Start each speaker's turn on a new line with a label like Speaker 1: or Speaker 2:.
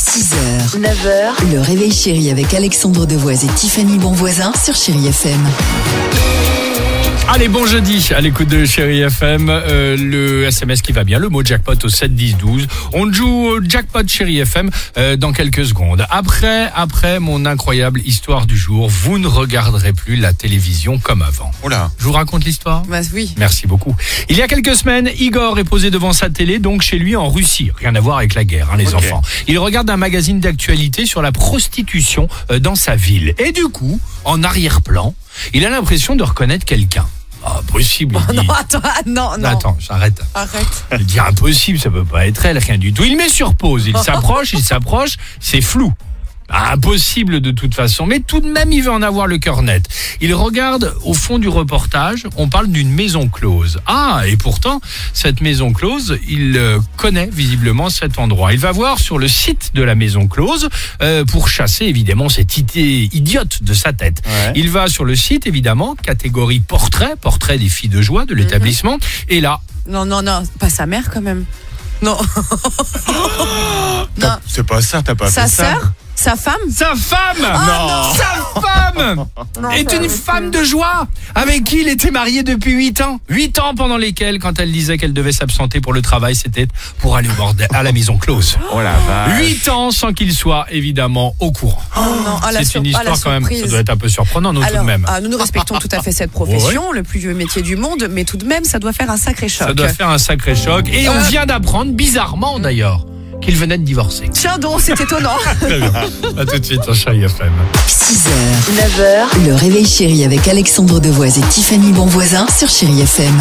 Speaker 1: 6h, 9h, le réveil chéri avec Alexandre Devoise et Tiffany Bonvoisin sur Chérie FM.
Speaker 2: Allez, bon jeudi à l'écoute de Chéri FM. euh, le SMS qui va bien, le mot jackpot au 7 10 12. On joue au jackpot Chéri FM euh, dans quelques secondes. Après, après mon incroyable histoire du jour, vous ne regarderez plus la télévision comme avant.
Speaker 3: Oula.
Speaker 2: Je vous raconte l'histoire
Speaker 4: Bah oui.
Speaker 2: Merci beaucoup. Il y a quelques semaines, Igor est posé devant sa télé, donc chez lui en Russie. Rien à voir avec la guerre, hein, les
Speaker 3: Ok.
Speaker 2: enfants. Il regarde un magazine d'actualité sur la prostitution euh, dans sa ville. Et du coup, en arrière-plan, il a l'impression de reconnaître quelqu'un. Ah, possible. il dit.
Speaker 4: Non, attends, ah, non, non.
Speaker 2: Attends, j'arrête.
Speaker 4: Arrête.
Speaker 2: Il dit impossible, ça peut pas être elle, rien du tout. Il met sur pause, il s'approche, il s'approche, c'est flou. Impossible de toute façon, mais tout de même il veut en avoir le cœur net. Il regarde au fond du reportage, on parle d'une maison close. Ah, et pourtant, cette maison close, il euh, connaît visiblement cet endroit. Il va voir sur le site de la maison close euh, pour chasser évidemment cette idée idiote de sa tête.
Speaker 3: Ouais.
Speaker 2: Il va sur le site évidemment, catégorie portrait, portrait des filles de joie de l'établissement, et là,
Speaker 4: Non, non, non, pas sa mère quand même. Non. non.
Speaker 3: C'est pas ça, t'as pas
Speaker 4: Sa
Speaker 3: fait ça.
Speaker 4: sœur Sa femme
Speaker 2: Sa femme
Speaker 3: non.
Speaker 2: Sa femme est une femme de joie avec qui il était marié depuis 8 ans. 8 ans pendant lesquels, quand elle disait qu'elle devait s'absenter pour le travail, c'était pour aller au bordel, à la maison close.
Speaker 3: Oh la vache.
Speaker 2: 8 ans sans qu'il soit évidemment au courant.
Speaker 4: Oh non, ah, la
Speaker 2: C'est une
Speaker 4: sur- ah, la
Speaker 2: histoire quand même,
Speaker 4: surprise.
Speaker 2: ça doit être un peu surprenant, nous
Speaker 4: Alors,
Speaker 2: tout de même.
Speaker 4: ah, nous, nous respectons tout à fait cette profession, le plus vieux métier du monde, mais tout de même, ça doit faire un sacré choc.
Speaker 2: Ça doit faire un sacré choc. Et on vient d'apprendre, bizarrement d'ailleurs, qu'il venait de divorcer.
Speaker 4: Tiens donc, c'est étonnant.
Speaker 2: Très bien. À tout de suite, sur Chérie FM.
Speaker 1: 6h, 9h, le réveil chéri avec Alexandre Devoise et Tiffany Bonvoisin sur Chérie FM.